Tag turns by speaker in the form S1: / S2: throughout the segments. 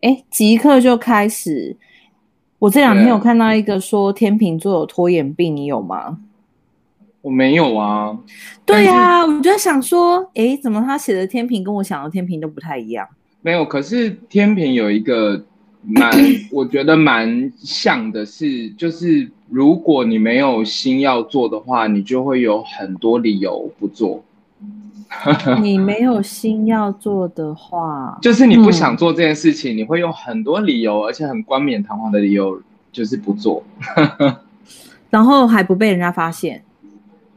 S1: 哎，即刻就开始。我这两天
S2: 对啊
S1: 有看到一个说天秤座有拖延病，你有吗？
S2: 我没有啊，
S1: 对
S2: 但是
S1: 呀、我就想说，哎，怎么他写的天平跟我想的天平都不太一 样？
S2: 没有。可是天平有一个蛮，我觉得蛮像的是，就是如果你没有心要做的话，你就会有很多理由不做。
S1: 你没有心要做的话，
S2: 就是你不想做这件事情，你会有很多理由，而且很冠冕堂皇的理由，就是不做。
S1: 然后还不被人家发现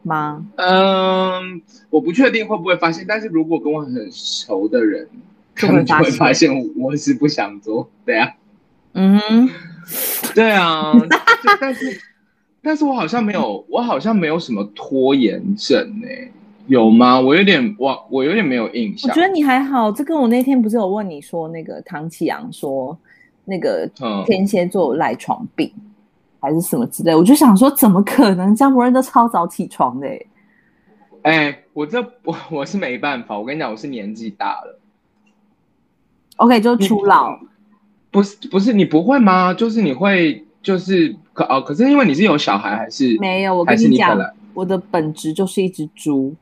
S1: 吗？
S2: 嗯，我不确定会不会发现，但是如果跟我很熟的人，
S1: 就
S2: 可
S1: 会
S2: 能就
S1: 发现
S2: 会发现我是不想做，对啊，
S1: 嗯哼，
S2: 对啊，就但是但是我好像没有，我好像没有什么拖延症哎、有吗？我有点我我有点没有印
S1: 我
S2: 象
S1: 觉，得你还好。这跟我那天不是有问你说那个唐启阳说那个
S2: 嗯，
S1: 天蝎座有赖床病还是什么之类，我就想说，怎么可能？张博仁都超早起床的、欸，
S2: 哎、我这我我是没办法，我跟你讲，我是年纪大了，
S1: OK，就初老，
S2: 不是不是你不会吗？就是你会就是可哦，可是因为你是有小孩还是
S1: 没有。我
S2: 还
S1: 跟
S2: 是你
S1: 讲
S2: 本，来
S1: 我的本质就是一只猪，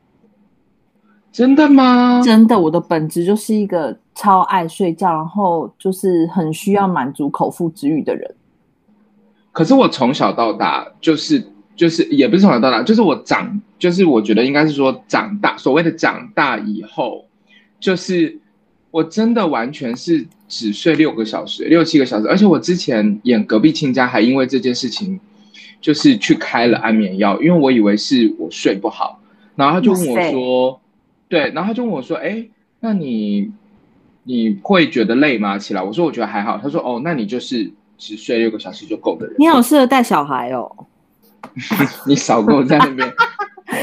S2: 真的吗？
S1: 真的，我的本质就是一个超爱睡觉，然后就是很需要满足口腹之欲的人。
S2: 可是我从小到大就是就是也不是从小到大，就是我长就是我觉得应该是说长大，所谓的长大以后，就是我真的完全是只睡六个小时、六七个小时，而且我之前演隔壁亲家还因为这件事情，就是去开了安眠药，因为我以为是我睡不好，然后他就问
S1: 哇
S2: 我
S1: 塞
S2: 说，对，然后他就问我说，哎，那你你会觉得累吗？起来，我说我觉得还好，他说哦，那你就是。只睡六个小时就够的人，
S1: 你好适合带小孩哦。
S2: 你少跟我在那 边，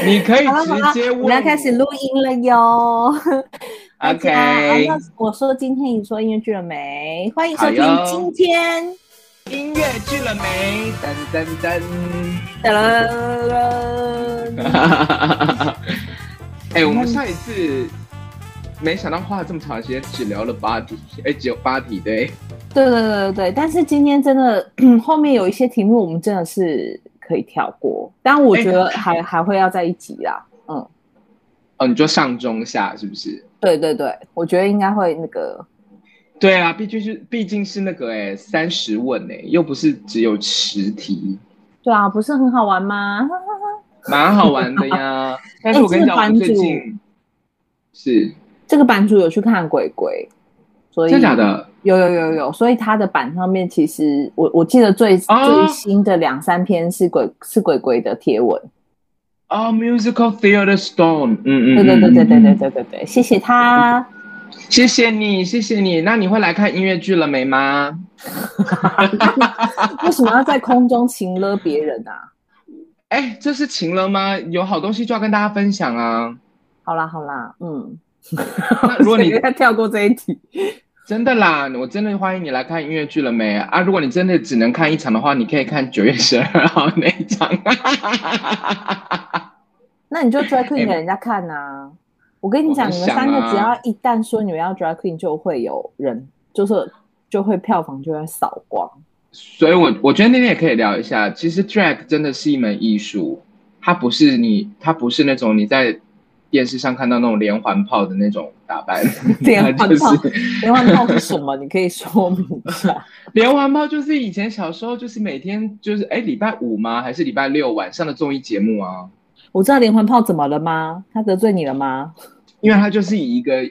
S2: 你可以
S1: 好了好了
S2: 直接问
S1: 我们要开始录音了哟。大家啊
S2: OK，
S1: 要是我说今天你说音乐剧了没？欢迎收听
S2: 好哟
S1: 今天
S2: 音乐剧了没？噔噔
S1: 的。
S2: 噔。哎，我们上一次没想到花了这么长时间，只聊了八题，哎，只有八题对。
S1: 对对对对对，但是今天真的后面有一些题目我们真的是可以跳过，但我觉得还、还会要在一集啦。嗯，
S2: 哦，你说上中下是不是？
S1: 对对对，我觉得应该会那个
S2: 对啊，毕竟是毕竟是那个哎，三十问哎，又不是只有十题，
S1: 对啊，不是很好玩吗？
S2: 蛮好玩的 呀。但是我跟你讲，我
S1: 哎这个
S2: 们
S1: 版
S2: 最
S1: 主
S2: 近是
S1: 这个版主有去看鬼鬼，所以
S2: 真假的？
S1: 有有有有，所以他的版上面其实我我记得最、
S2: 哦
S1: 最新的两三篇是鬼是鬼鬼的贴文，
S2: 哦、m u s i c a l Theater Stone，嗯嗯，
S1: 对对对对对对
S2: 嗯，嗯
S1: 对对对，谢谢他。
S2: 谢谢你，谢谢你。那你会来看音乐剧了没吗？
S1: 为什么要在空中情勒别人啊？
S2: 哎，这是晴了吗？有好东西就要跟大家分享 啊！
S1: 好啦好啦，嗯，
S2: 那如果你
S1: 他跳过这一题，
S2: 真的啦，我真的欢迎你来看音乐剧了没啊？如果你真的只能看一场的话，你可以看九月十二号那一场。
S1: 那你就 drag queen
S2: 哎
S1: 给人家看啊。我跟你讲，
S2: 我
S1: 你
S2: 很
S1: 们三个
S2: 想啊
S1: 只要一旦说你们要 drag queen，就会有人就是就会票房就会扫光。
S2: 所以我我觉得那天也可以聊一下，其实 drag 真的是一门艺术，它不是你，它不是那种你在电视上看到那种连环炮的那种打扮，
S1: 连环炮
S2: 就是
S1: 连环炮是什么？你可以说明一下。
S2: 连环炮就是以前小时候就是每天就是哎礼拜五吗？还是礼拜六晚上的综艺节目啊？
S1: 我知道连环炮怎么了吗？他得罪你了吗？
S2: 因为它就是以一个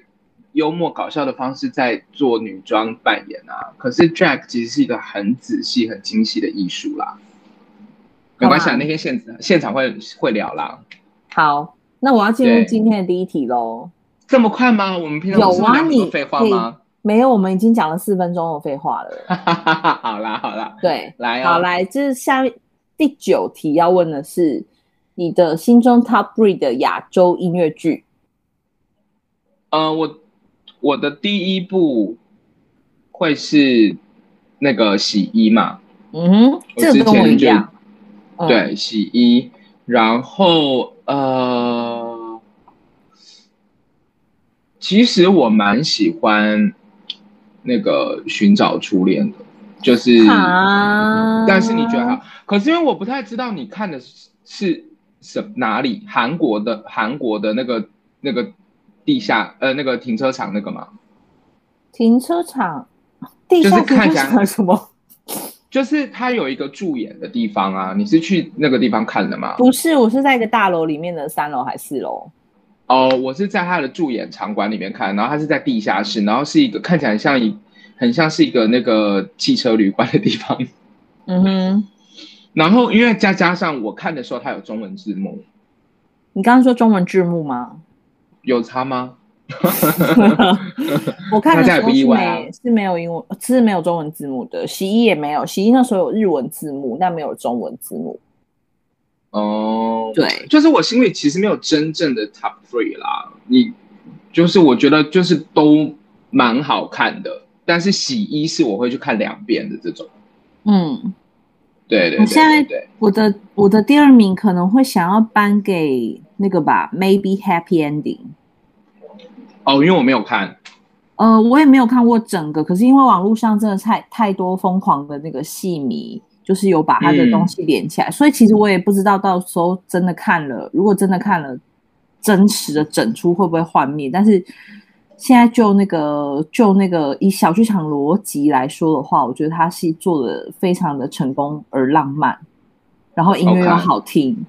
S2: 幽默搞笑的方式在做女装扮演啊。可是 drag 其实是一个很仔细、很精细的艺术啦。没关系
S1: 好
S2: 啊，
S1: 吧
S2: 那天现场现场会会聊啦。
S1: 好，那我要进入
S2: 对
S1: 今天的第一题喽。
S2: 这么快吗？我们平常不是
S1: 有啊
S2: 聊很多
S1: 你
S2: 废话吗？
S1: 没有，我们已经讲了四分钟的废话了。
S2: 好啦好啦，
S1: 对，
S2: 来啊，
S1: 好，来，这下面第九题要问的是你的心中 top three 的亚洲音乐剧。
S2: 呃，我我的第一部会是那个洗衣嘛，
S1: 嗯哼，
S2: 我
S1: 这个
S2: 之
S1: 跟我
S2: 前
S1: 一
S2: 就
S1: 样。嗯，
S2: 对，洗衣，然后呃，其实我蛮喜欢那个寻找初恋的，
S1: 嗯
S2: 就是，
S1: 啊，
S2: 但是你觉得好？可是因为我不太知道你看的是是什哪里，韩国的韩国的那个那个地下呃那个停车场那个吗？
S1: 停车场，地
S2: 就
S1: 下
S2: 是
S1: 停
S2: 看
S1: 车
S2: 起来
S1: 场什么？
S2: 就是它有一个驻演的地方啊，你是去那个地方看的吗？
S1: 不是，我是在一个大楼里面的三楼还是四楼？
S2: 哦，我是在他的驻演场馆里面看，然后他是在地下室，然后是一个看起来很像一很像是一个那个汽车旅馆的地方。
S1: 嗯哼，
S2: 然后因为再加上我看的时候，它有中文字幕，
S1: 你刚刚说中文字幕 吗？
S2: 有差吗？
S1: 我看的
S2: 大家
S1: 时
S2: 也
S1: 候
S2: 不
S1: 是
S2: 意外啊
S1: 没是没有英文，是没有中文字幕的。洗衣也没有，洗衣那时候有日文字幕，但没有中文字幕。
S2: 哦，
S1: 对，
S2: 就是我心里其实没有真正的 top three 啦，你就是我觉得就是都蛮好看的，但是洗衣是我会去看两遍的这种。
S1: 嗯，
S2: 对对
S1: 我
S2: 对
S1: 现在
S2: 对对，
S1: 我的我的第二名可能会想要颁给那个吧，Maybe Happy Ending。
S2: 哦，因为我没有看，
S1: 呃，我也没有看过整个，可是因为网络上真的太太多疯狂的那个戏迷，就是有把他的东西连起来，所以其实我也不知道到时候真的看了，如果真的看了真实的整出会不会幻灭？但是现在就那个就那个以小剧场逻辑来说的话，我觉得他是做的非常的成功而浪漫，然后音乐又
S2: OK
S1: 好听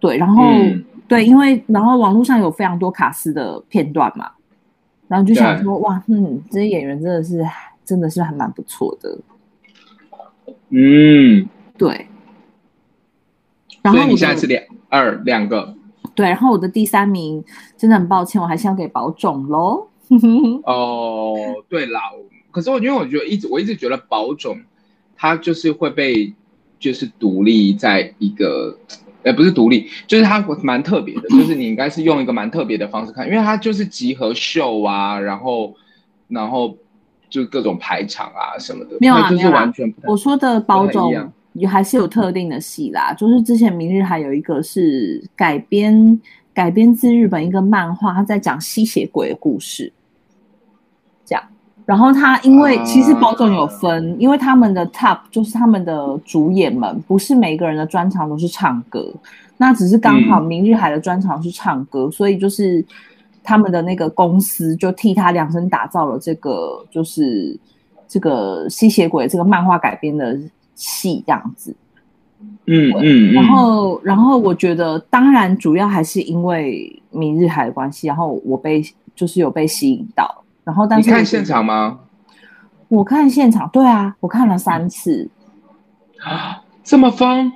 S1: 对，然后、
S2: 嗯
S1: 对，因为然后网络上有非常多卡斯的片段嘛，然后就想说，哇，嗯，这些演员真的是真的是还蛮不错的，
S2: 嗯，
S1: 对。然后
S2: 所以
S1: 我
S2: 你现在
S1: 的
S2: 是两二两个
S1: 对，然后我的第三名真的很抱歉，我还是要给保种 喽。
S2: 哦，对啦，可是我因为我觉得一直我一直觉得宝冢，他就是会被就是独立在一个，呃，不是独立，就是他蛮特别的，就是你应该是用一个蛮特别的方式看，因为他就是集合秀啊，然后然后就各种排场啊什么的，
S1: 没有啊
S2: 他就
S1: 没
S2: 是
S1: 有啦
S2: 完全不太
S1: 我说的保
S2: 不太一
S1: 种
S2: 样
S1: 也还是有特定的戏啦，就是之前明日还有一个是改编改编自日本一个漫画，它在讲吸血鬼的故事，这样。然后它因为、
S2: 啊
S1: 其实保种有分，因为他们的 top 就是他们的主演们，不是每个人的专长都是唱歌，那只是刚
S2: 嗯
S1: 好明日海的专长是唱歌，所以就是他们的那个公司就替他量身打造了这个，就是这个吸血鬼这个漫画改编的戏这样子。
S2: 嗯嗯，嗯
S1: 然后，然后我觉得，当然主要还是因为明日海的关系，然后我被就是有被吸引到，然后但
S2: 你
S1: 是
S2: 看
S1: 我觉
S2: 现
S1: 得，
S2: 场吗？
S1: 我看现场，对啊，我看了三
S2: 嗯
S1: 次，
S2: 啊，这么疯，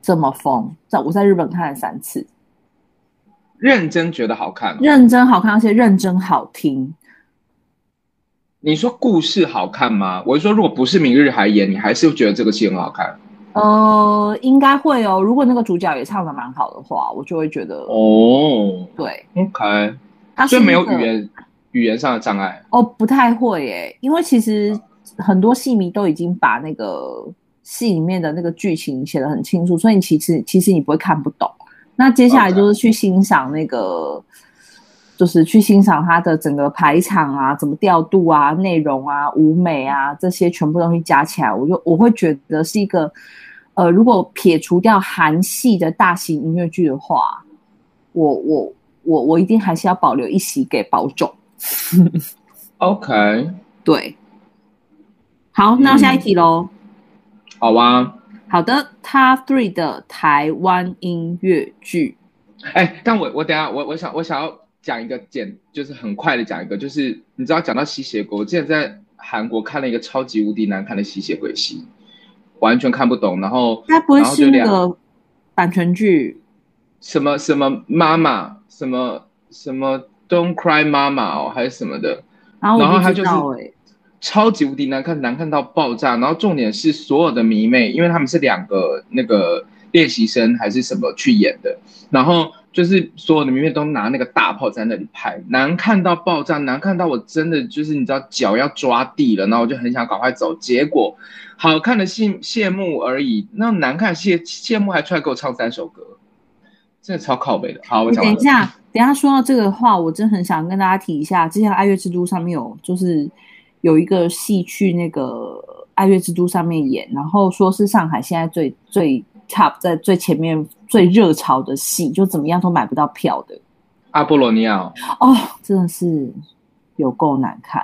S1: 这么疯，在我在日本看了三次，
S2: 认真觉得好看哦、
S1: 认真好看，而且认真好听。
S2: 你说故事好看吗？我是说，如果不是明日海演，你还是觉得这个戏很好看
S1: 呃，应该会哦。如果那个主角也唱的蛮好的话，我就会觉得，
S2: 哦。
S1: 对，
S2: OK，
S1: 他
S2: 所
S1: 是
S2: 以没
S1: 一
S2: 有
S1: 个
S2: 语言语言上的障碍。
S1: 哦，不太会耶，因为其实很多戏迷都已经把那个戏里面的那个剧情写得很清楚，所以你其实其实你不会看不懂。那接下来
S2: OK
S1: 就是去欣赏那个就是去欣赏它的整个排场啊、怎么调度啊、内容啊、舞美啊这些全部东西加起来，我就我会觉得是一个呃，如果撇除掉韩系的大型音乐剧的话，我我我我一定还是要保留一席给保种。
S2: OK，
S1: 对，好，那下一题喽。
S2: 好啊。
S1: 好的，Top Three 的台湾音乐剧，
S2: 哎，但我我等一下我我想我想要讲一个简，就是很快的讲一个，就是你知道讲到吸血鬼，我之前在韩国看了一个超级无敌难看的吸血鬼戏，完全看不懂。然后
S1: 该不会
S2: 然后
S1: 是
S2: 就
S1: 那
S2: 两
S1: 个版权剧？
S2: 什么什么妈妈，什么什么 Don't Cry 妈妈哦，还是什么的。
S1: 然后
S2: 然后
S1: 我
S2: 他
S1: 不知
S2: 就
S1: 道哎、
S2: 是超级无敌难看，难看到爆炸。然后重点是所有的迷妹，因为他们是两个那个练习生还是什么去演的，然后就是所有的迷妹都拿那个大炮在那里拍，难看到爆炸，难看到我真的就是你知道脚要抓地了，然后我就很想赶快走，结果好看的谢谢幕而已，那难看的谢谢幕还出来给我唱三首歌，真的超靠背的。好，我讲
S1: 等
S2: 完了
S1: 一。下，等一下说到这个的话，我真的很想跟大家提一下，之前爱乐之都上面有就是有一个戏去那个《爱乐之都》上面演，然后说是上海现在最最 top 在最前面最热潮的戏，就怎么样都买不到票的
S2: 阿波罗尼亚哦
S1: 哦，真的是有够难看。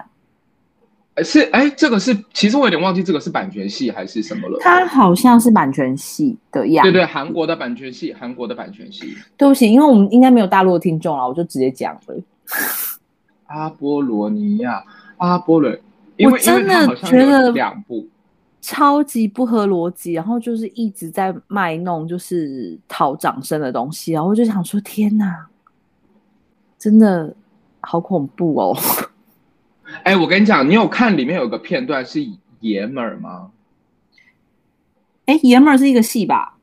S2: 呃是哎，这个是其实我有点忘记这个是版权戏还是什么了。
S1: 它好像是版权戏的样
S2: 对
S1: 子。
S2: 对，韩国的版权戏，韩国的版权戏，
S1: 对不起，因为我们应该没有大陆的听众了，我就直接讲了。
S2: 阿波罗尼亚，阿波罗，因为
S1: 我真的
S2: 因为它好像
S1: 觉得
S2: 有两部，
S1: 超级不合逻辑，然后就是一直在卖弄就是讨掌声的东西，然后我就想说天哪，真的好恐怖哦！
S2: 哎，我跟你讲，你有看里面有个片段是爷们儿吗？
S1: 哎，爷们儿是一个戏吧？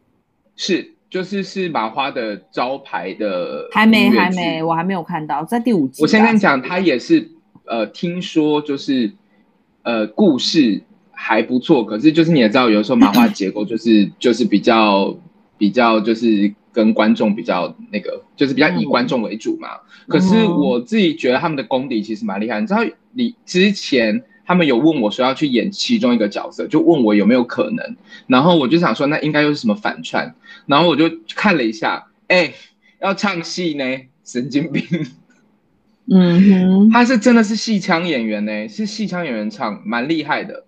S2: 是，就是是麻花的招牌的，
S1: 还没，还没，。我还没有看到，在第五集吧。
S2: 嗯我先跟你讲，他也是呃，听说就是呃，故事还不错，可是就是你也知道，有时候麻花结构就是就是比较比较就是跟观众比较那个，就是比较
S1: 嗯
S2: 以观众为主嘛。可是我自己觉得他们的功底其实蛮厉害，你知道，你之前他们有问我说要去演其中一个角色，就问我有没有可能，然后我就想说那应该又是什么反串，然后我就看了一下，哎、要唱戏呢，神经病。
S1: 嗯哼，
S2: 他是真的是戏腔演员呢、是戏腔演员唱，蛮厉害的。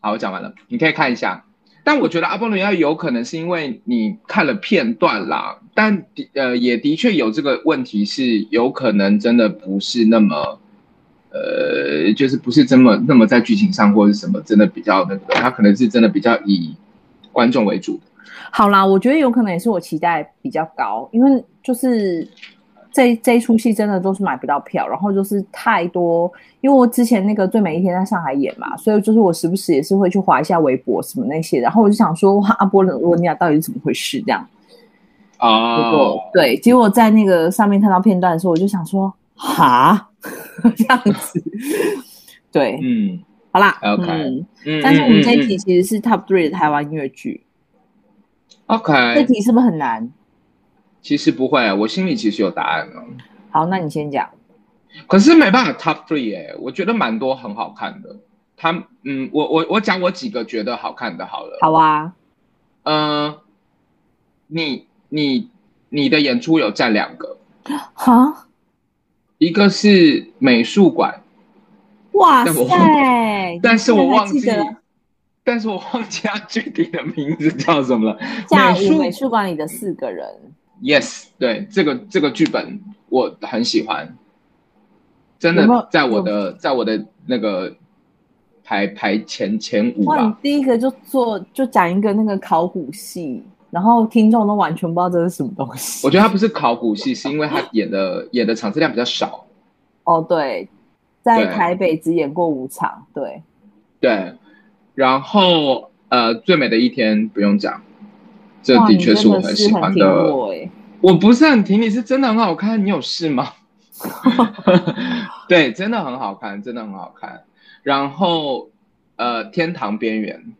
S2: 好，我讲完了，你可以看一下。但我觉得阿波罗要有可能是因为你看了片段啦，但的呃也的确有这个问题是有可能真的不是那么，呃，就是不是这么那么在剧情上或者是什么真的比较那个，他可能是真的比较以观众为主。
S1: 好啦，我觉得有可能也是我期待比较高，因为就是这这一出戏真的都是买不到票，然后就是太多，因为我之前那个最美一天在上海演嘛，所以就是我时不时也是会去划一下微博什么那些，然后我就想说哇，阿啊波罗尼亚到底是怎么回事这样？结果、
S2: 哦，
S1: 对，结果在那个上面看到片段的时候，我就想说哈 这样子，对，
S2: 嗯
S1: 好啦
S2: OK
S1: 嗯，
S2: 嗯，
S1: 但是我们这一
S2: 嗯嗯
S1: 题其实是 Top Three 的台湾音乐剧，
S2: 嗯
S1: 这
S2: OK，
S1: 题是不是很难？
S2: 其实不会，啊我心里其实有答案啊了。
S1: 好，那你先讲。
S2: 可是没办法，Top Three 哎、我觉得蛮多很好看的。他嗯，我我我讲我几个觉得好看的好了。
S1: 好啊，
S2: 呃，你你你的演出有占两个，
S1: 哈，
S2: 一个是美术馆，
S1: 哇
S2: 但我
S1: 塞！
S2: 但是我忘
S1: 你
S2: 记
S1: 居然还记得，
S2: 但是我忘记它具体的名字叫什么了。
S1: 下
S2: 美术
S1: 午美术馆里的四个人，
S2: Yes，对，这个这个剧本我很喜欢，真
S1: 有没有
S2: 的在我的在我的那个排排前前五
S1: 哇，你
S2: 吧。
S1: 第一个就做就讲一个那个考古戏，然后听众都完全不知道这是什么东西。
S2: 我觉得他不是考古系，是因为他演的演的场次量比较少。
S1: 哦，对，在
S2: 对
S1: 台北只演过五场，对，
S2: 对，然后呃，最美的一天不用讲，这
S1: 哇
S2: 的
S1: 你
S2: 确
S1: 真
S2: 是我
S1: 的
S2: 喜
S1: 是
S2: 欢
S1: 很
S2: 的。
S1: 听我哎，
S2: 我不是很挺你，是真的很好看，你有 事吗？对，真的很好看，真的很好看。然后呃，天堂边缘，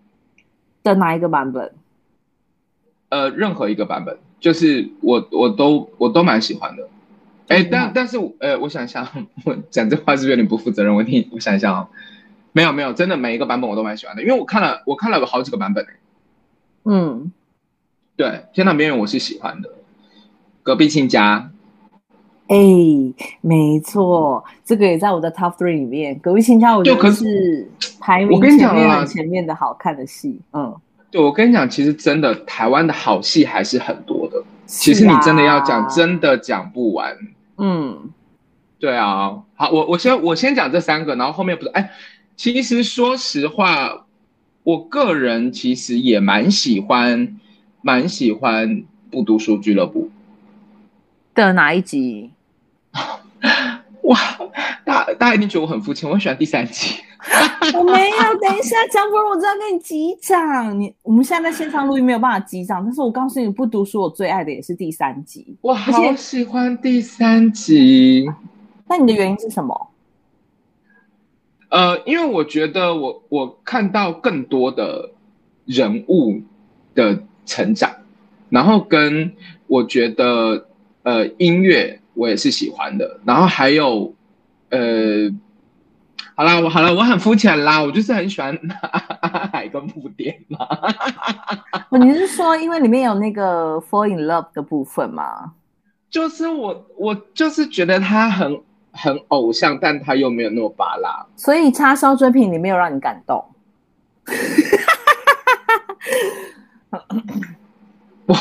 S1: 的哪一个版本？
S2: 呃，任何一个版本，就是我我都我都蛮喜欢的。哎，
S1: 嗯
S2: 但但是呃，我想一下，我讲这话是不是有点不负责任？我听我想一下啊、没有没有，真的每一个版本我都蛮喜欢的，因为我看了我看了好几个版本。
S1: 嗯，
S2: 对，《天堂边缘》我是喜欢的，《隔壁亲家
S1: 哎，没错，这个也在我的 Top Three 里面，《隔壁亲家》我觉
S2: 就可
S1: 得
S2: 是
S1: 是排
S2: 我
S1: 名
S2: 跟你
S1: 前
S2: 讲
S1: 面
S2: 啊
S1: 很前面的好看的戏，嗯。》
S2: 对，我跟你讲，其实真的台湾的好戏还是很多的。其实
S1: 是
S2: 你
S1: 啊
S2: 真的要讲，真的讲不完。
S1: 嗯，
S2: 对啊，好，我我先我先讲这三个，然后后面不是哎，其实说实话，我个人其实也蛮喜欢，蛮喜欢不读书俱乐部。
S1: 的哪一集？
S2: 哇，大大家一定觉得我很肤浅，我很喜欢第三集。
S1: 我没有，等一下，江波，我知道跟你击掌。你我们现在在线上录音没有办法击掌，但是我告诉你，不读书我最爱的也是第三集。
S2: 我
S1: 且
S2: 好喜欢第三集。
S1: 那你的原因是什么？
S2: 呃，因为我觉得我我看到更多的人物的成长，然后跟我觉得呃音乐我也是喜欢的，然后还有呃好啦，我好了，我很肤浅啦，我就是很喜欢海跟布甸嘛。
S1: 哦你是说因为里面有那个 fall in love 的部分吗？
S2: 就是我，我就是觉得他很很偶像，但他又没有那么巴拉。
S1: 所以叉烧追品里面有让你感动，
S2: 我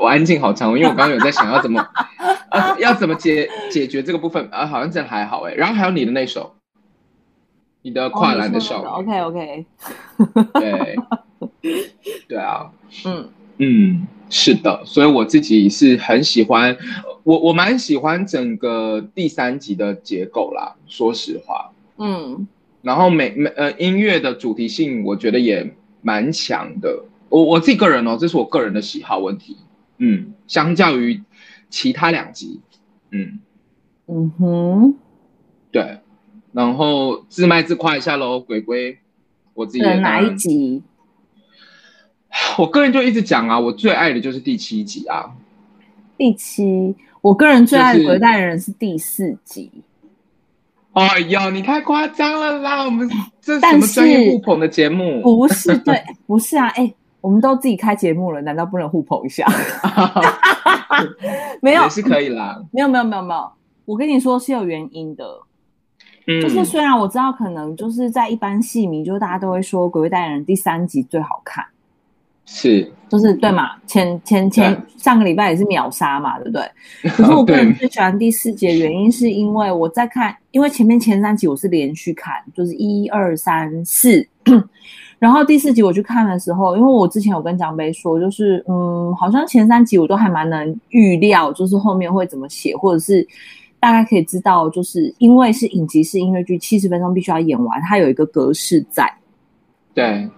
S2: 我安静好长，因为我刚刚有在想要怎么，呃、要怎么解解决这个部分，啊，好像真的还好哎、然后还有你的那首，你的跨栏
S1: 哦
S2: 的少女，
S1: OK OK，
S2: 对，对 啊，
S1: 嗯，
S2: 嗯，是的，所以我自己是很喜欢，我我蛮喜欢整个第三集的结构啦，说实话。
S1: 嗯，
S2: 然后每每呃音乐的主题性，我觉得也蛮强的。我我自己个人哦，这是我个人的喜好问题。嗯，相较于其他两集，嗯，
S1: 嗯哼，
S2: 对。然后自卖自夸一下喽，鬼鬼，我自己
S1: 对，
S2: 也
S1: 哪一？集？
S2: 我个人就一直讲啊，我最爱的就是第七集啊。
S1: 第七，我个人最爱
S2: 就
S1: 的
S2: 是
S1: 鬼代人是第四集，
S2: 哎呦，你太夸张了啦！我们这是什
S1: 但
S2: 么
S1: 是
S2: 专业互捧的节目？
S1: 不是对，不是啊，哎、我们都自己开节目了，难道不能互捧一下？ 没有
S2: 也，是可以啦。
S1: 没有，没有，没有，没有。我跟你说是有原因的，
S2: 嗯，
S1: 就是虽然我知道可能就是在一般戏迷，就是大家都会说《鬼灭代理人》第三集最好看，
S2: 是
S1: 就是对嘛？前前前上个礼拜也是秒杀嘛，对不对？可是我个人最喜欢第四集的原因是因为我在看，因为前面前三集我是连续看，就是一二三四， 然后第四集我去看的时候，因为我之前有跟蒋杯说，就是嗯，好像前三集我都还蛮能预料，就是后面会怎么写，或者是大概可以知道，就是因为是影集式音乐剧，七十分钟必须要演完，它有一个格式在。
S2: 对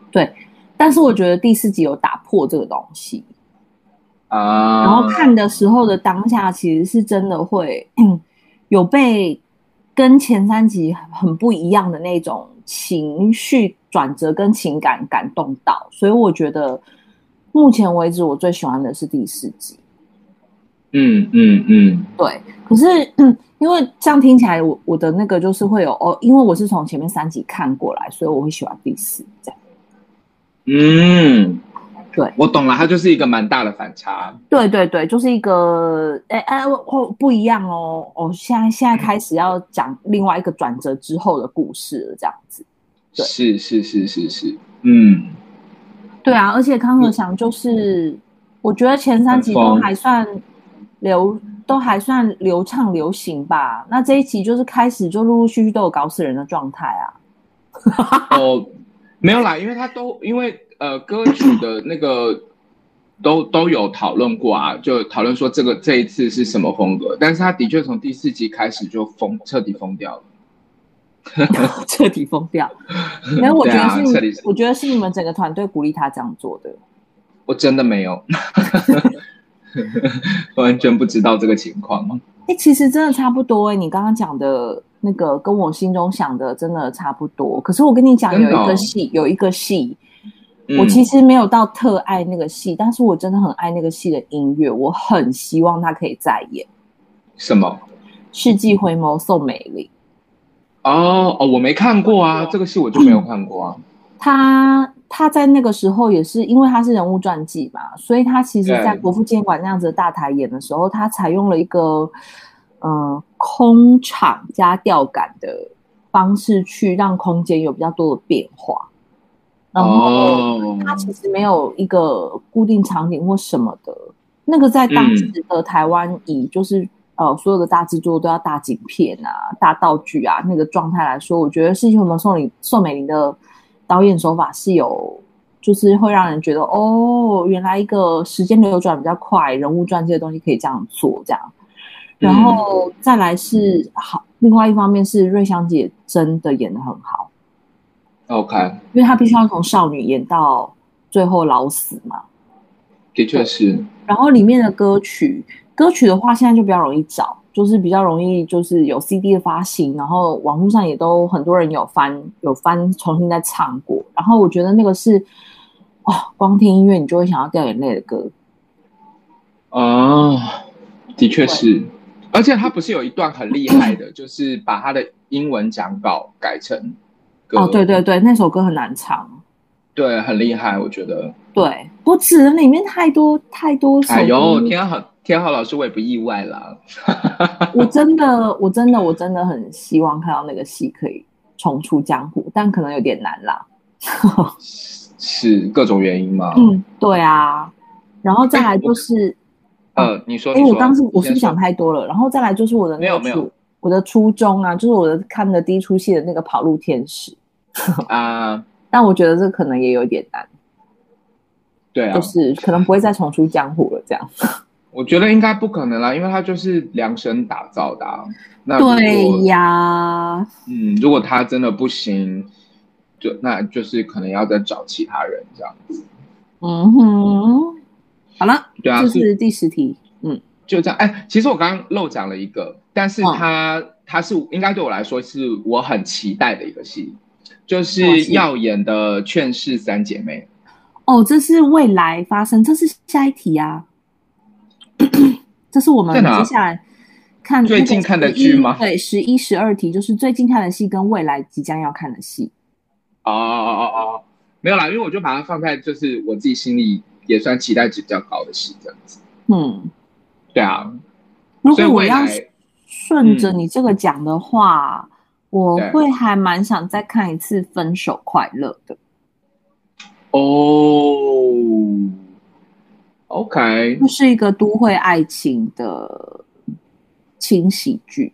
S1: 但是我觉得第四集有打破这个东西，
S2: 啊，
S1: 然后看的时候的当下，其实是真的会、 嗯有被跟前三集很不一样的那种情绪转折跟情感感动到，所以我觉得目前为止我最喜欢的是第四集。
S2: 嗯嗯嗯，
S1: 对，可是、 嗯、因为这样听起来我，我的那个就是会有哦，因为我是从前面三集看过来，所以我会喜欢第四这样。
S2: 嗯，
S1: 对
S2: 我懂了，它就是一个蛮大的反差。
S1: 对对对，就是一个哎哎哦不一样哦哦，现在现在开始要讲另外一个转折之后的故事了，这样子。对
S2: 是是是是是，嗯，
S1: 对啊，而且康和祥就是，我觉得前三集都
S2: 很疯
S1: 还算流，都还算流畅流行吧。那这一集就是开始就陆陆续续都有搞死人的状态啊。
S2: 哦，没有啦，因为它都因为呃歌曲的那个 都都有讨论过啊，就讨论说这个这一次是什么风格，但是它的确从第四集开始就疯彻底疯掉了。
S1: 彻底疯 掉。没有，我觉得是
S2: 对啊彻
S1: 你，
S2: 底
S1: 我觉得是你们整个团队鼓励他这样做的。
S2: 我真的没有， 完全不知道这个情况。
S1: 哎、其实真的差不多哎、你刚刚讲的那个跟我心中想的真的差不多。可是我跟你讲，
S2: 真
S1: 有
S2: 的哦
S1: 一个戏，有一个戏，
S2: 嗯
S1: 我其实没有到特爱那个戏，但是我真的很爱那个戏的音乐，我很希望它可以再演《
S2: 什么？
S1: 世纪回眸宋美龄》。
S2: 哦哦，我没看过啊，这个戏我就没有看过啊。
S1: 他他在那个时候也是因为他是人物传记嘛，所以他其实在
S2: 对
S1: 国父纪念馆那样子的大台演的时候，他采用了一个呃空场加吊杆的方式去让空间有比较多的变化，然后
S2: 哦，
S1: 它其实没有一个固定场景或什么的。那个在当时的台湾，以就是、呃所有的大制作都要大景片啊、大道具啊那个状态来说，我觉得《世纪回眸》宋美宋美龄的导演手法是有，就是会让人觉得哦，原来一个时间流转比较快、人物传记的东西可以这样做这样。然后再来是好，另外一方面是瑞香姐真的演的很好。
S2: OK，
S1: 因为她必须要从少女演到最后老死嘛。
S2: 的确是，
S1: 然后里面的歌曲，歌曲的话现在就比较容易找，就是比较容易就是有 CD 的发行，然后网络上也都很多人有翻有翻重新再唱过。然后我觉得那个是哦，光听音乐你就会想要掉眼泪的歌。
S2: 哦，的确是，而且他不是有一段很厉害的，就是把他的英文讲稿改成歌。
S1: 哦，对对对，那首歌很难唱。
S2: 对，很厉害，我觉得。
S1: 对，我指的里面太多太多首歌。
S2: 哎呦，天啊好天好老师，我也不意外啦。
S1: 我真的，我真的，我真的很希望看到那个戏可以重出江湖，但可能有点难啦。
S2: 是各种原因吗？
S1: 嗯，对啊。然后再来就是，
S2: 呃，你说，
S1: 哎，
S2: 你
S1: 我
S2: 说
S1: 刚是我
S2: 你
S1: 是不
S2: 先
S1: 是
S2: 说
S1: 想太多了？然后再来就是我的那个
S2: 没有没有
S1: 初我的初衷啊，就是我的看的第一出戏的那个《跑路天使》，
S2: 啊、
S1: 但我觉得这可能也有点难，
S2: 对啊，
S1: 就是可能不会再重出江湖了这样。
S2: 我觉得应该不可能啦，因为他就是量身打造的、啊。那如果
S1: 对呀，
S2: 嗯，如果他真的不行，就那就是可能要再找其他人这样。
S1: 嗯哼，好了，
S2: 对啊，
S1: 这是第十题，嗯，
S2: 就这样。哎，其实我刚刚漏讲了一个，但是
S1: 嗯
S2: 他、他是应该对我来说是我很期待的一个戏，就是
S1: 什么戏
S2: 耀眼的《劝世三姐妹
S1: 哦，这是未来发生，这是下一题啊， 这是我们
S2: 在哪
S1: 接下来看
S2: 最近
S1: 那个
S2: 看的
S1: 11
S2: 剧吗
S1: 对，十一、十二题就是最近看的戏跟未来即将要看的戏。》。
S2: 哦哦哦哦，没有啦，因为我就把它放在就是我自己心里也算期待值比较高的戏这样子。
S1: 嗯，
S2: 对啊，
S1: 如
S2: 所以
S1: 果我
S2: 未
S1: 要
S2: 来嗯
S1: 顺着你这个讲的话，我
S2: 对
S1: 会还蛮想再看一次《分手快乐》的。
S2: 哦，OK，
S1: 就是一个都会爱情的轻喜剧，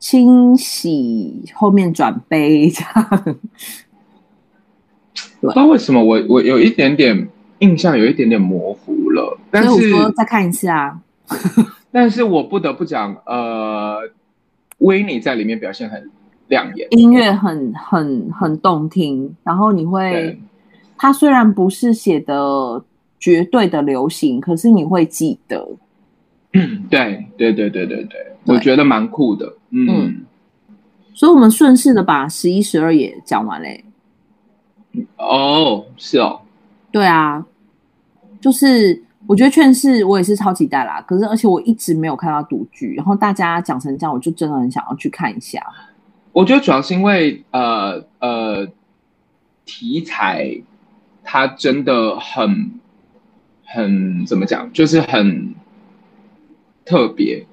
S1: 轻喜后面转悲这样。
S2: 不知道为什么我我有一点点印象有一点点模糊了，但
S1: 所
S2: 是
S1: 以我说再看一次啊，
S2: 但是我不得不讲，呃，威尼在里面表现很亮眼，
S1: 音乐很很很动听，然后你会
S2: 对，
S1: 它虽然不是写的绝对的流行，可是你会记得。
S2: 对对对对对对，我觉得蛮酷的，嗯，
S1: 所以我们顺势的把十一、十二也讲完嘞、欸
S2: 哦，是哦，
S1: 对啊，就是我觉得劝世我也是超期待啦，可是而且我一直没有看到独剧，然后大家讲成这样，我就真的很想要去看一下。
S2: 我觉得主要是因为呃呃，题材它真的很很怎么讲，就是很特别，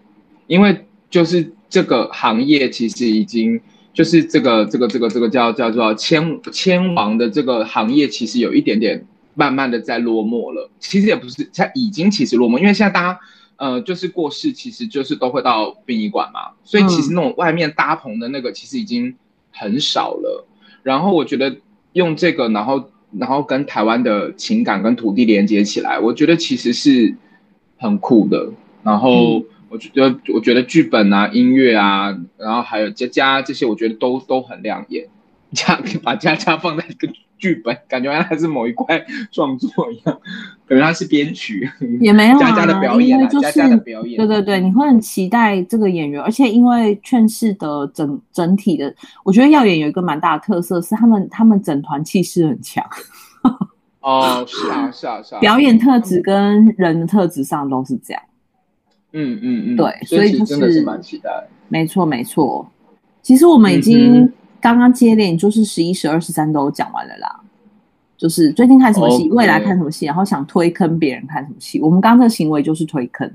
S2: 因为就是这个行业其实已经就是这个这个这个这个叫叫做千千王的这个行业，其实有一点点慢慢的在落寞了。其实也不是，它已经其实落寞，因为现在大家呃就是过世，其实就是都会到殡仪馆嘛，所以其实那种外面搭棚的那个其实已经很少了。然后我觉得用这个，然后然后跟台湾的情感跟土地连接起来，我觉得其实是很酷的。然后我觉得，我觉得剧本啊、音乐啊，然后还有佳佳这些，我觉得都都很亮眼。佳把佳佳放在一个剧本，感觉它是某一块创作一样，感觉它是编曲。
S1: 也没有啊，
S2: 佳佳的表演
S1: 因
S2: 啊，
S1: 为就
S2: 佳
S1: 是
S2: 佳的表演，
S1: 对对对，你会很期待这个演员，而且因为劝世的整整体的，我觉得耀眼有一个蛮大的特色是他们他们整团气势很强，
S2: 啊哦，是啊，是啊，是啊，
S1: 表演特质跟人的特质上都是这样。
S2: 嗯，嗯嗯嗯，
S1: 对
S2: 所
S1: 所以
S2: 其实
S1: 就是
S2: 真的是蛮期待。
S1: 没错，没错。其实我们已
S2: 嗯
S1: 经刚刚接连就是十一、十二、十三都讲完了啦。就是最近看什么戏
S2: OK
S1: 未来看什么戏，然后想推坑别人看什么戏。我们刚刚这个行为就是推坑，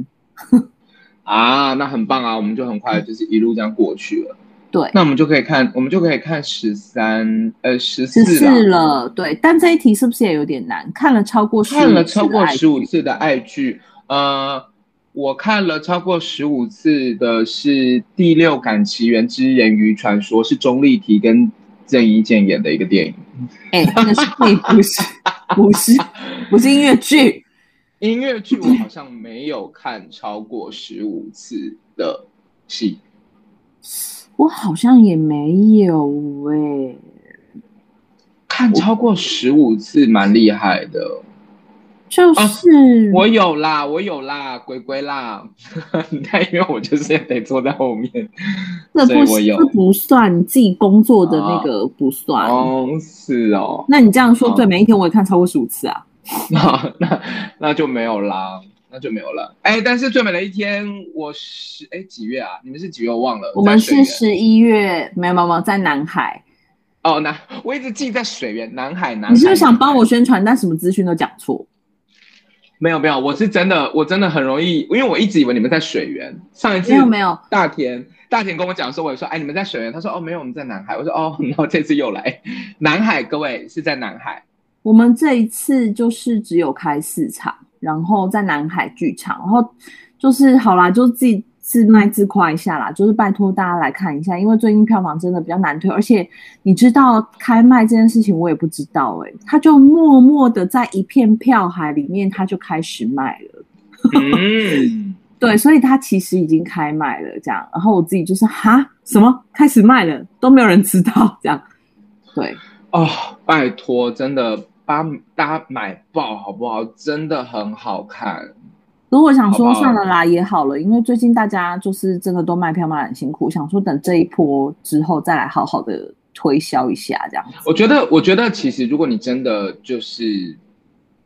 S2: 啊，那很棒啊！我们就很快就是一路这样过去了。
S1: 对，
S2: 那我们就可以看，我们就可以看十三呃十
S1: 十
S2: 四
S1: 四了，对。但这一题是不是也有点难？看了超过15
S2: 看了超过
S1: 次
S2: 十
S1: 的
S2: 五次的爱剧，呃，我看了超过十五次的是《第六感奇缘之人鱼传说》，是钟丽缇跟郑伊健演的一个电影
S1: 爱剧，哎，那是不是不是 不是音乐剧，
S2: 音乐剧，我好像没有看超过十五次的戏。
S1: 我好像也没有哎、
S2: 看超过十五次蛮厉害的，哦
S1: 就是、
S2: 啊我有啦，我有啦，鬼鬼啦， 但因为我就是得坐在后面，
S1: 这
S2: 所以
S1: 不
S2: 我有
S1: 这不算你自己工作的那个不算。
S2: 哦，是哦，
S1: 那你这样说，
S2: 哦
S1: 对，每一天我也看超过十五次啊。
S2: 那那那就没有啦。那就没有了。哎，但是最美的一天，我是哎几月啊？你们是几月？我忘了。
S1: 我们
S2: 在水
S1: 是十
S2: 源
S1: 一月，没有没有没有，在南海。
S2: 哦，南，我一直记在水源南海南海。
S1: 你是不是想帮我
S2: 南海？
S1: 宣传，但什么资讯都讲错？
S2: 没有没有，我是真的，我真的很容易，因为我一直以为你们在水源。上一次
S1: 没有没有，
S2: 大田大田跟我讲说，我说哎你们在水源，他说哦没有，我们在南海。我说哦， 然后这次又来南海，各位是在南海。
S1: 我们这一次就是只有开四场，然后在南海剧场，然后就是好啦，就自己自卖自夸一下啦，就是拜托大家来看一下，因为最近票房真的比较难推，而且你知道开卖这件事情我也不知道诶、他就默默的在一片票海里面他就开始卖了，
S2: 嗯，
S1: 对，所以他其实已经开卖了这样，然后我自己就是哈什么开始卖了都没有人知道这样，对，
S2: 哦，拜托，真的把大家买爆好不好？真的很好看。
S1: 如果想说
S2: 好吧
S1: 算了啦也好了，因为最近大家就是真的都卖票卖得很辛苦，想说等这一波之后再来好好的推销一下这样子。
S2: 我觉得，我觉得其实如果你真的就是，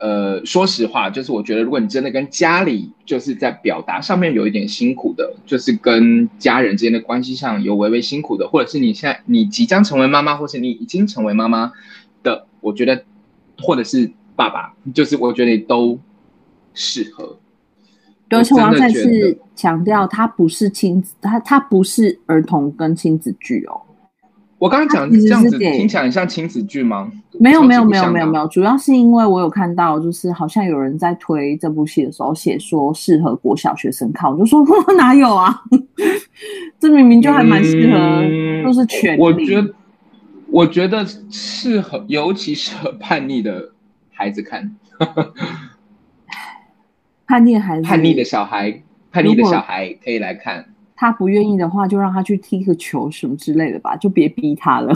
S2: 呃，说实话，就是我觉得如果你真的跟家里就是在表达上面有一点辛苦的，就是跟家人之间的关系上有微微辛苦的，或者是你现在你即将成为妈妈，或是你已经成为妈妈的，我觉得或者是爸爸，就是我觉得你都适合。
S1: 对，而且我
S2: 我
S1: 要
S2: 真
S1: 再
S2: 的觉得
S1: 次强调，它不是亲子，它它不是儿童跟亲子剧哦。
S2: 我刚刚讲
S1: 它其实
S2: 这
S1: 是
S2: 样子，
S1: 给
S2: 听起来很像亲子剧吗？
S1: 没有没有
S2: 超级不
S1: 没有
S2: 像
S1: 没有
S2: 吧
S1: 没有，主要是因为我有看到，就是好像有人在推这部戏的时候写说适合国小学生看，我就说 哪有啊， 这明明就还蛮适合，
S2: 嗯
S1: 就是全
S2: 我
S1: 龄
S2: 觉得，我觉得适合，尤其适合叛逆的孩子看，
S1: 嗯叛逆孩子
S2: 叛逆的小孩，叛逆的小孩可以来看。
S1: 他不愿意的话，就让他去踢个球什么之类的吧，就别逼他了。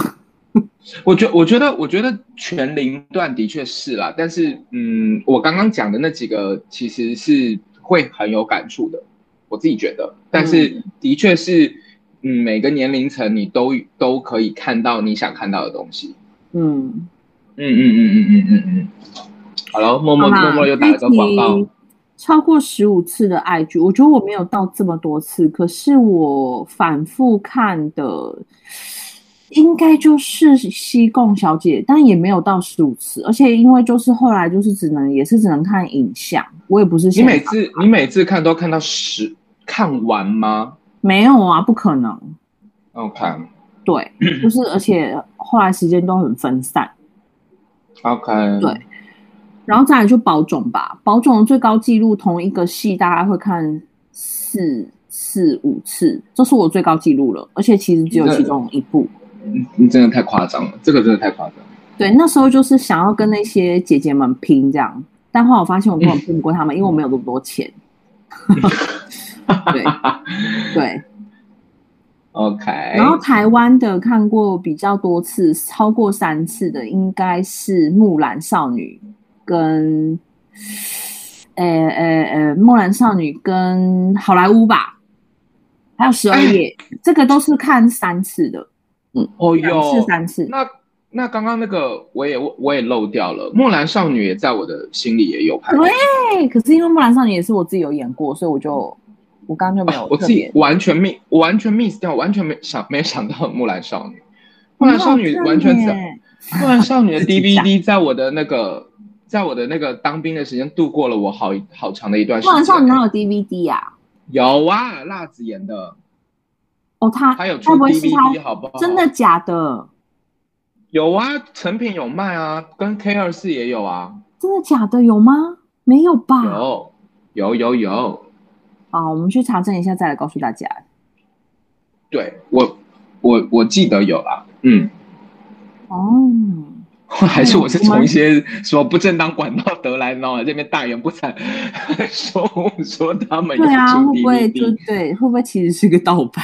S2: 我觉我觉得我觉得全龄段的确是啦，但是嗯，我刚刚讲的那几个其实是会很有感触的，我自己觉得，但是的确是嗯，每个年龄层你都都可以看到你想看到的东西。
S1: 嗯，
S2: 嗯嗯嗯嗯嗯嗯嗯。好了，默
S1: 好
S2: 默默
S1: 啦，
S2: 默又打了个广告。。
S1: 超过十五次的爱剧，我觉得我没有到这么多次，可是我反复看的，应该就是《西贡小姐》，但也没有到十五次。而且因为就是后来就是只能也是只能看影像，我也不是
S2: 你
S1: 现
S2: 每
S1: 场
S2: 次你每次看都看到十看完吗
S1: 没有啊，不可能。
S2: ？OK
S1: 对，就是而且后来时间都很分散。
S2: OK，
S1: 对然后再来就保种吧，保种的最高纪录同一个戏大概会看四四五次，这是我最高纪录了，而且其实只有其中一部。
S2: 你你真的太夸张了，这个真的太夸张了。
S1: 对，那时候就是想要跟那些姐姐们拼这样，但后来我发现我根本拼不过他们，因为我没有那么多钱。 对对，
S2: OK，
S1: 然后台湾的看过比较多次，超过三次的应该是《木兰少女》跟，呃呃呃，《木兰少女》跟好莱坞吧，还有《
S2: 哎
S1: 十二夜》，这个都是看三次的，
S2: 哦
S1: 两次
S2: 哟，
S1: 三次。
S2: 那那刚刚那个我也我也漏掉了，《木兰少女》也在我的心里也有哦排名，
S1: 对，可是因为《木兰少女》也是我自己有演过，所以我就我刚刚就没有
S2: 啊我
S1: 特
S2: 自
S1: 别
S2: 己。完全 miss，我完全 miss 掉，完全没想没有想到《木兰少女》，《
S1: 木
S2: 木兰少女》完全啊在。《木兰少女》的
S1: 自己讲
S2: DVD 在我的那个在我的那个当兵的时间度过了我好一好长的一段时
S1: 木
S2: 间。
S1: 兰少女》哪有 DVD 呀、
S2: 有啊，辣子演的，
S1: 哦，他
S2: 还有出
S1: 会不会是他
S2: DVD 好不好？
S1: 真的假的？
S2: 有啊，成品有卖啊，跟 K 二四也有啊，
S1: 真的假的？有吗？没有吧？啊
S2: 有有有有，
S1: 好，我们去查证一下，再来告诉大家。
S2: 对我我我记得有啦，嗯，
S1: 哦，
S2: 还是我是从一些说不正当管道得来，然后这边大言不惭 说说他们有
S1: 对啊，
S2: 出
S1: 会不会就
S2: DVD，
S1: 对？会不会其实是个盗 版？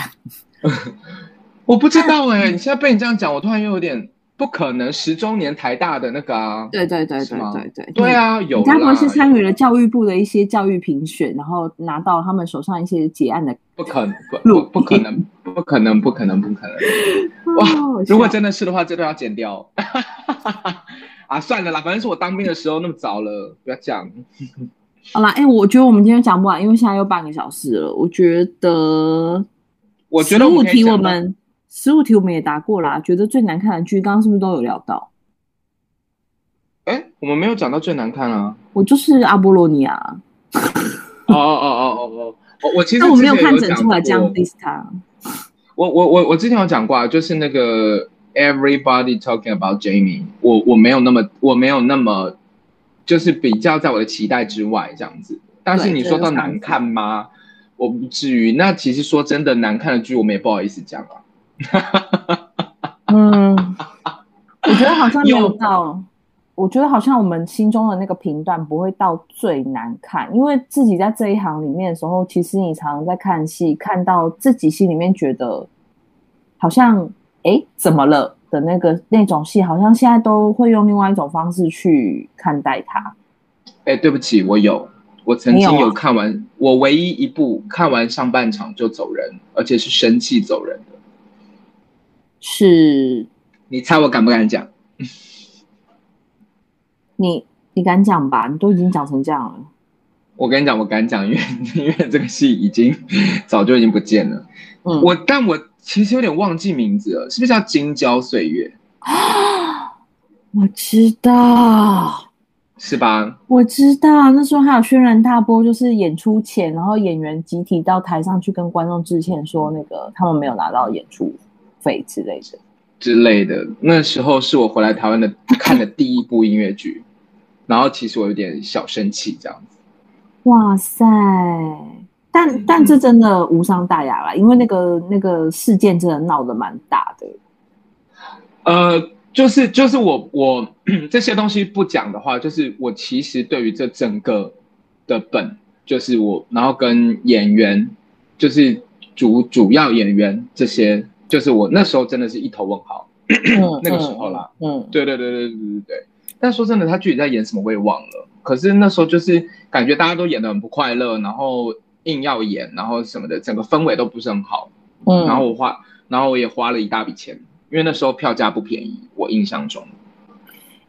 S2: 我不知道哎、你现在被你这样讲，我突然又有点不可能，十周年台大的那个啊，
S1: 对对对
S2: 是
S1: 对
S2: 吗
S1: 对对。
S2: 对啊，
S1: 你，
S2: 有
S1: 你
S2: 啦，
S1: 该不会是参与了
S2: 有
S1: 教育部的一些教育评选，然后拿到他们手上一些结案的？
S2: 不可能，不不不可能，不可能，不可能，不 可能。哇
S1: 哇
S2: 如果真的是的话，这段要剪掉。 啊，算了啦，反正是我当兵的时候那么早了，不要讲。
S1: 好啦，哎、我觉得我们今天讲不完，因为现在又半个小时了。我觉得，
S2: 我觉得
S1: 十五
S2: 可以
S1: 题
S2: 讲
S1: 我
S2: 到
S1: 们十五题我们也答过啦。觉得最难看的剧，刚刚是不是都有聊到？
S2: 哎，我们没有讲到最难看啊。
S1: 我就是阿波罗尼亚，啊
S2: 哦哦哦哦哦哦，我其实
S1: 但我没有
S2: 之前
S1: 看整出来这
S2: 讲
S1: 样
S2: 过
S1: diss 他。
S2: 我我我我之前有讲过啊，就是那个 Everybody Talking About Jamie，我我没有那么我没有那么，就是比较在我的期待之外这样子。但是
S1: 对
S2: 你
S1: 这
S2: 说
S1: 个
S2: 到
S1: 是
S2: 难看吗？我不至于。那其实说真的，难看的剧我们也不好意思讲啊。
S1: 嗯， 我觉得好像没有
S2: 有
S1: 到，我觉得好像我们心中的那个评断不会到最难看，因为自己在这一行里面的时候，其实你常常在看戏，看到自己心里面觉得好像哎怎么了的那个那种戏，好像现在都会用另外一种方式去看待它。
S2: 哎，对不起，我有，我曾经
S1: 你有
S2: 有
S1: 啊
S2: 看完，我唯一一部看完上半场就走人，而且是生气走人的。
S1: 是
S2: 你猜我敢不敢讲？
S1: 你你敢讲吧？你都已经讲成这样了。
S2: 我跟你讲，我敢讲，因为 因为这个戏已经早就已经不见了。
S1: 嗯，
S2: 我但我其实有点忘记名字了，是不是叫《金交岁月》？
S1: 我知道。
S2: 是吧？
S1: 我知道那时候还有轩然大波，就是演出前，然后演员集体到台上去跟观众致歉，说那个他们没有拿到演出费之类的。
S2: 之类的。那时候是我回来台湾的看的第一部音乐剧，然后其实我有点小生气这样子。
S1: 哇塞！
S2: 嗯
S1: 但但这真的无伤大雅啦，因为那个那个事件真的闹得蛮大的。
S2: 呃，就是就是我我嗯这些东西不讲的话，就是我其实对于这整个的本，就是我然后跟演员，就是主主要演员这些，就是我那时候真的是一头问号。
S1: 嗯
S2: 那个时候啦，
S1: 嗯，嗯
S2: 对对对对对对对。但说真的，他具体在演什么我也忘了。可是那时候就是感觉大家都演得很不快乐，然后硬要演，然后什么的，整个氛围都不是很好。
S1: 嗯，
S2: 然后我花，然后我也花了一大笔钱，因为那时候票价不便宜，我印象中。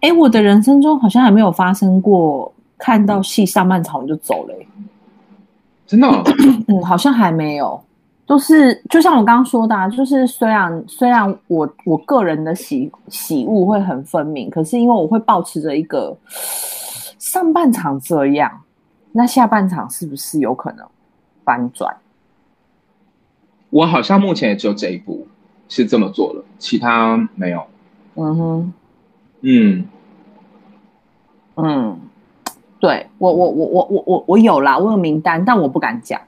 S1: 哎、我的人生中好像还没有发生过看到戏上半场我就走了、欸
S2: 真的、哦，
S1: 嗯，好像还没有。就是就像我刚刚说的、啊，就是虽然虽然我我个人的喜喜恶会很分明，可是因为我会保持着一个上半场这样，那下半场是不是有可能翻转？
S2: 我好像目前也只有这一部是这么做了，其他没有。
S1: 嗯哼，
S2: 嗯，
S1: 嗯，对我我我我我我我有啦，我有名单，但我不敢讲。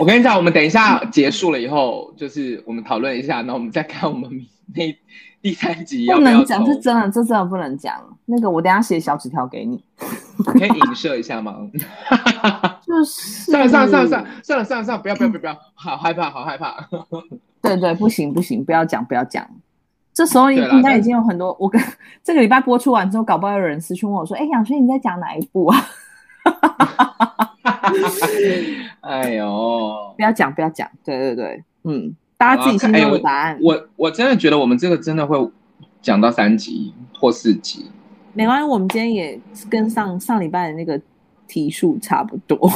S2: 我跟你讲，我们等一下结束了以后，就是我们讨论一下，然后我们再看我们那第三集要
S1: 不
S2: 不要
S1: 能讲，
S2: 投
S1: 这真的，这真的不能讲。那个，我等一下写小纸条给你。
S2: 可以影射一 下吗？
S1: 就是
S2: 算了算了算了算了算了算了算了，不要不要不要不要，好害怕好害怕。
S1: 对对，不行不行，不要讲不要讲。这时候应
S2: 对啦
S1: 应该
S2: 但
S1: 已经有很多，我跟这个礼拜播出完之后，搞不好有人私讯问我说：“哎，杨轩你在讲哪一部啊
S2: 哎呦，？”
S1: 不要讲不要讲，对对对，嗯，大家自己
S2: 啊哎
S1: 心中的答案，
S2: 我我真的觉得我们这个真的会讲到三集或四集。
S1: 没关系，我们今天也跟上上礼拜的那个题数差不多。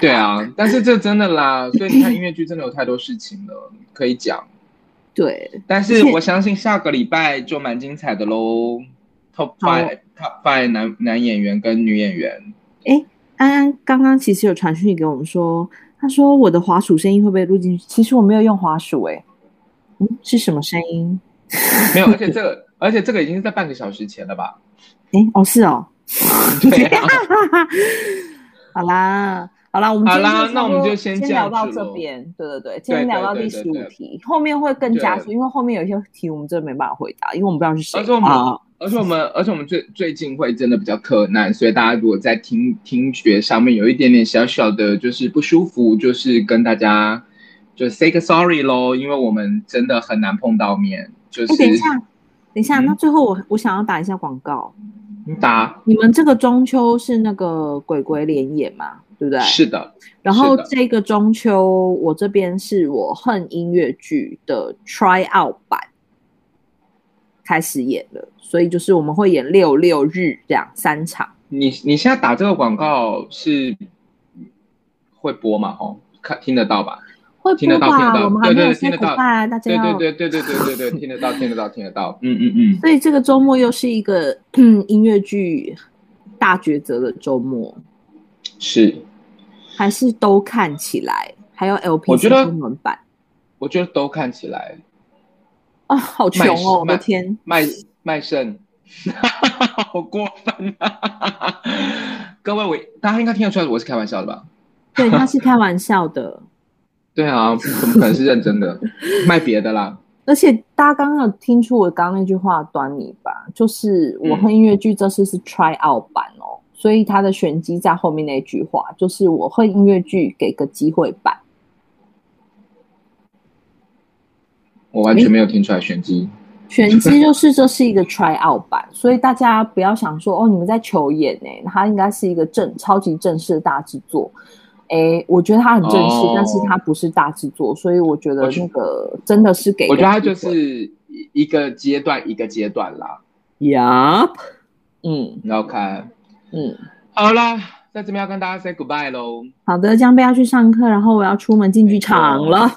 S2: 对啊，但是这真的啦，所以你看音乐剧真的有太多事情了可以讲，
S1: 对，
S2: 但是 我相信下个礼拜就蛮精彩的喽。Top
S1: 好
S2: five Top five 男男演员跟女演员，
S1: 安安刚刚其实有传讯息给我们说，他说我的滑鼠声音会不会录进去？其实我没有用滑鼠、欸，哎，嗯，是什么声音？
S2: 没有，而且这个而且这个已经是在半个小时前 了吧？
S1: 哎，哦是哦，
S2: 对啊。
S1: 好啦，好啦，我们
S2: 好啦
S1: 今天差不多
S2: 那我们就先
S1: 先
S2: 这样
S1: 聊到
S2: 子
S1: 这
S2: 咯
S1: 边，对对对，今天聊到第
S2: 对
S1: 十
S2: 对
S1: 五
S2: 对
S1: 题，后面会更加速，
S2: 对
S1: 因为后面有一些题我们真的没办法回答，因为我们不知道是谁
S2: 而且我们
S1: 啊。
S2: 而且我们，而且我们最最近会真的比较困难，所以大家如果在听听觉上面有一点点小小的，就是不舒服，就是跟大家就 say 个 sorry 咯，因为我们真的很难碰到面。就
S1: 哎，
S2: 是
S1: 等一下，等一下，
S2: 嗯
S1: 那最后我我想要打一下广告，
S2: 你打
S1: 你们这个中秋是那个鬼鬼联演嘛，对不对？
S2: 是的，
S1: 然后
S2: 是的
S1: 这个中秋，我这边是我恨音乐剧的 try out 版开始演了，所以就是我们会演六六日这样三场，
S2: 你你现在打这个广告是会播吗？哦，看听得到吧？
S1: 会
S2: 听得
S1: 播
S2: 到听得
S1: 吧？
S2: 到
S1: 我们还没
S2: 对对
S1: 有
S2: 对听
S1: say
S2: 得到
S1: goodbye，大家
S2: 对
S1: 要
S2: 对对对对对对对，听得到听得到听得到，嗯嗯嗯，
S1: 所以这个周末又是一个嗯音乐剧大抉择的周末，
S2: 是。
S1: 还是都看起来，还有 LP
S2: 我觉得
S1: 中文版
S2: 我觉得都看起来
S1: 啊，好穷
S2: 卖
S1: 哦！我的
S2: 卖
S1: 天，
S2: 卖卖肾， 好过分啊！各位，我大家应该听得出来我是开玩笑的吧？
S1: 对，他是开玩笑的，
S2: 对啊，怎么可能是认真的？卖别的啦，
S1: 而且大家刚刚有听出我刚刚那句话的端倪吧？就是
S2: 嗯
S1: 我和音乐剧这次是 try out 版哦，所以它的玄机在后面那句话，就是我会音乐剧给个机会版。
S2: 我完全没有听出来玄机。
S1: 玄机就是这是一个 try out 版，所以大家不要想说哦，你们在求演呢、它应该是一个正超级正式的大制作。哎，我觉得它很正式，
S2: 哦
S1: 但是它不是大制作，所以我觉得
S2: 我觉
S1: 那个真的是给
S2: 我觉得它
S1: 它
S2: 就是一个阶段一个阶段啦。
S1: 呀，嗯
S2: 你要看，
S1: 嗯，
S2: 好啦，在这边要跟大家 say goodbye 喽。
S1: 好的，江贝要去上课，然后我要出门进剧场了。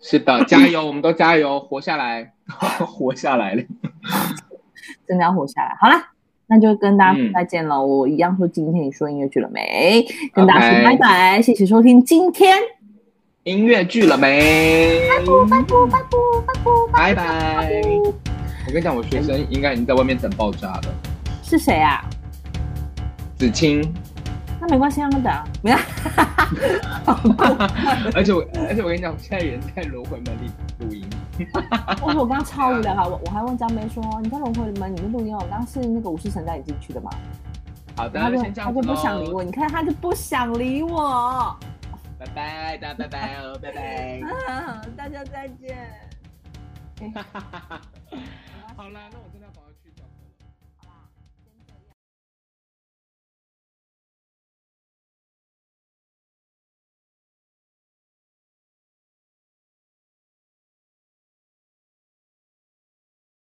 S2: 是 的，加油，我们都加油，活下来， 活下来了。
S1: 真的要活下来。好啦，那就跟大家说
S2: 嗯
S1: 再见了。我一样说今天你说音乐剧了没？跟大家说
S2: OK
S1: 拜拜谢谢收听今天，
S2: 音乐剧了没？
S1: 拜拜拜拜拜拜。
S2: 拜拜。我跟你讲，我学生应该已经在外面等爆炸了。
S1: 是谁啊？
S2: 子 清，
S1: 那没关系，让他 等啊。没有，
S2: 而且我，而且我跟你讲，我现在人在罗回门里录音。
S1: 我我刚刚超无聊啊哈，我我还问张梅说你在龙回门里面录音哦，我刚刚是那个武士神带你进去的嘛？
S2: 好的，
S1: 他
S2: 那
S1: 就
S2: 啊先这
S1: 他
S2: 样
S1: 就
S2: 子
S1: 不想理
S2: 喽。
S1: 我，你看他就不想理我。
S2: 拜拜，大家拜拜哦，拜拜。
S1: 嗯，大家再见。
S2: 好啦，那我真的要赶快去找。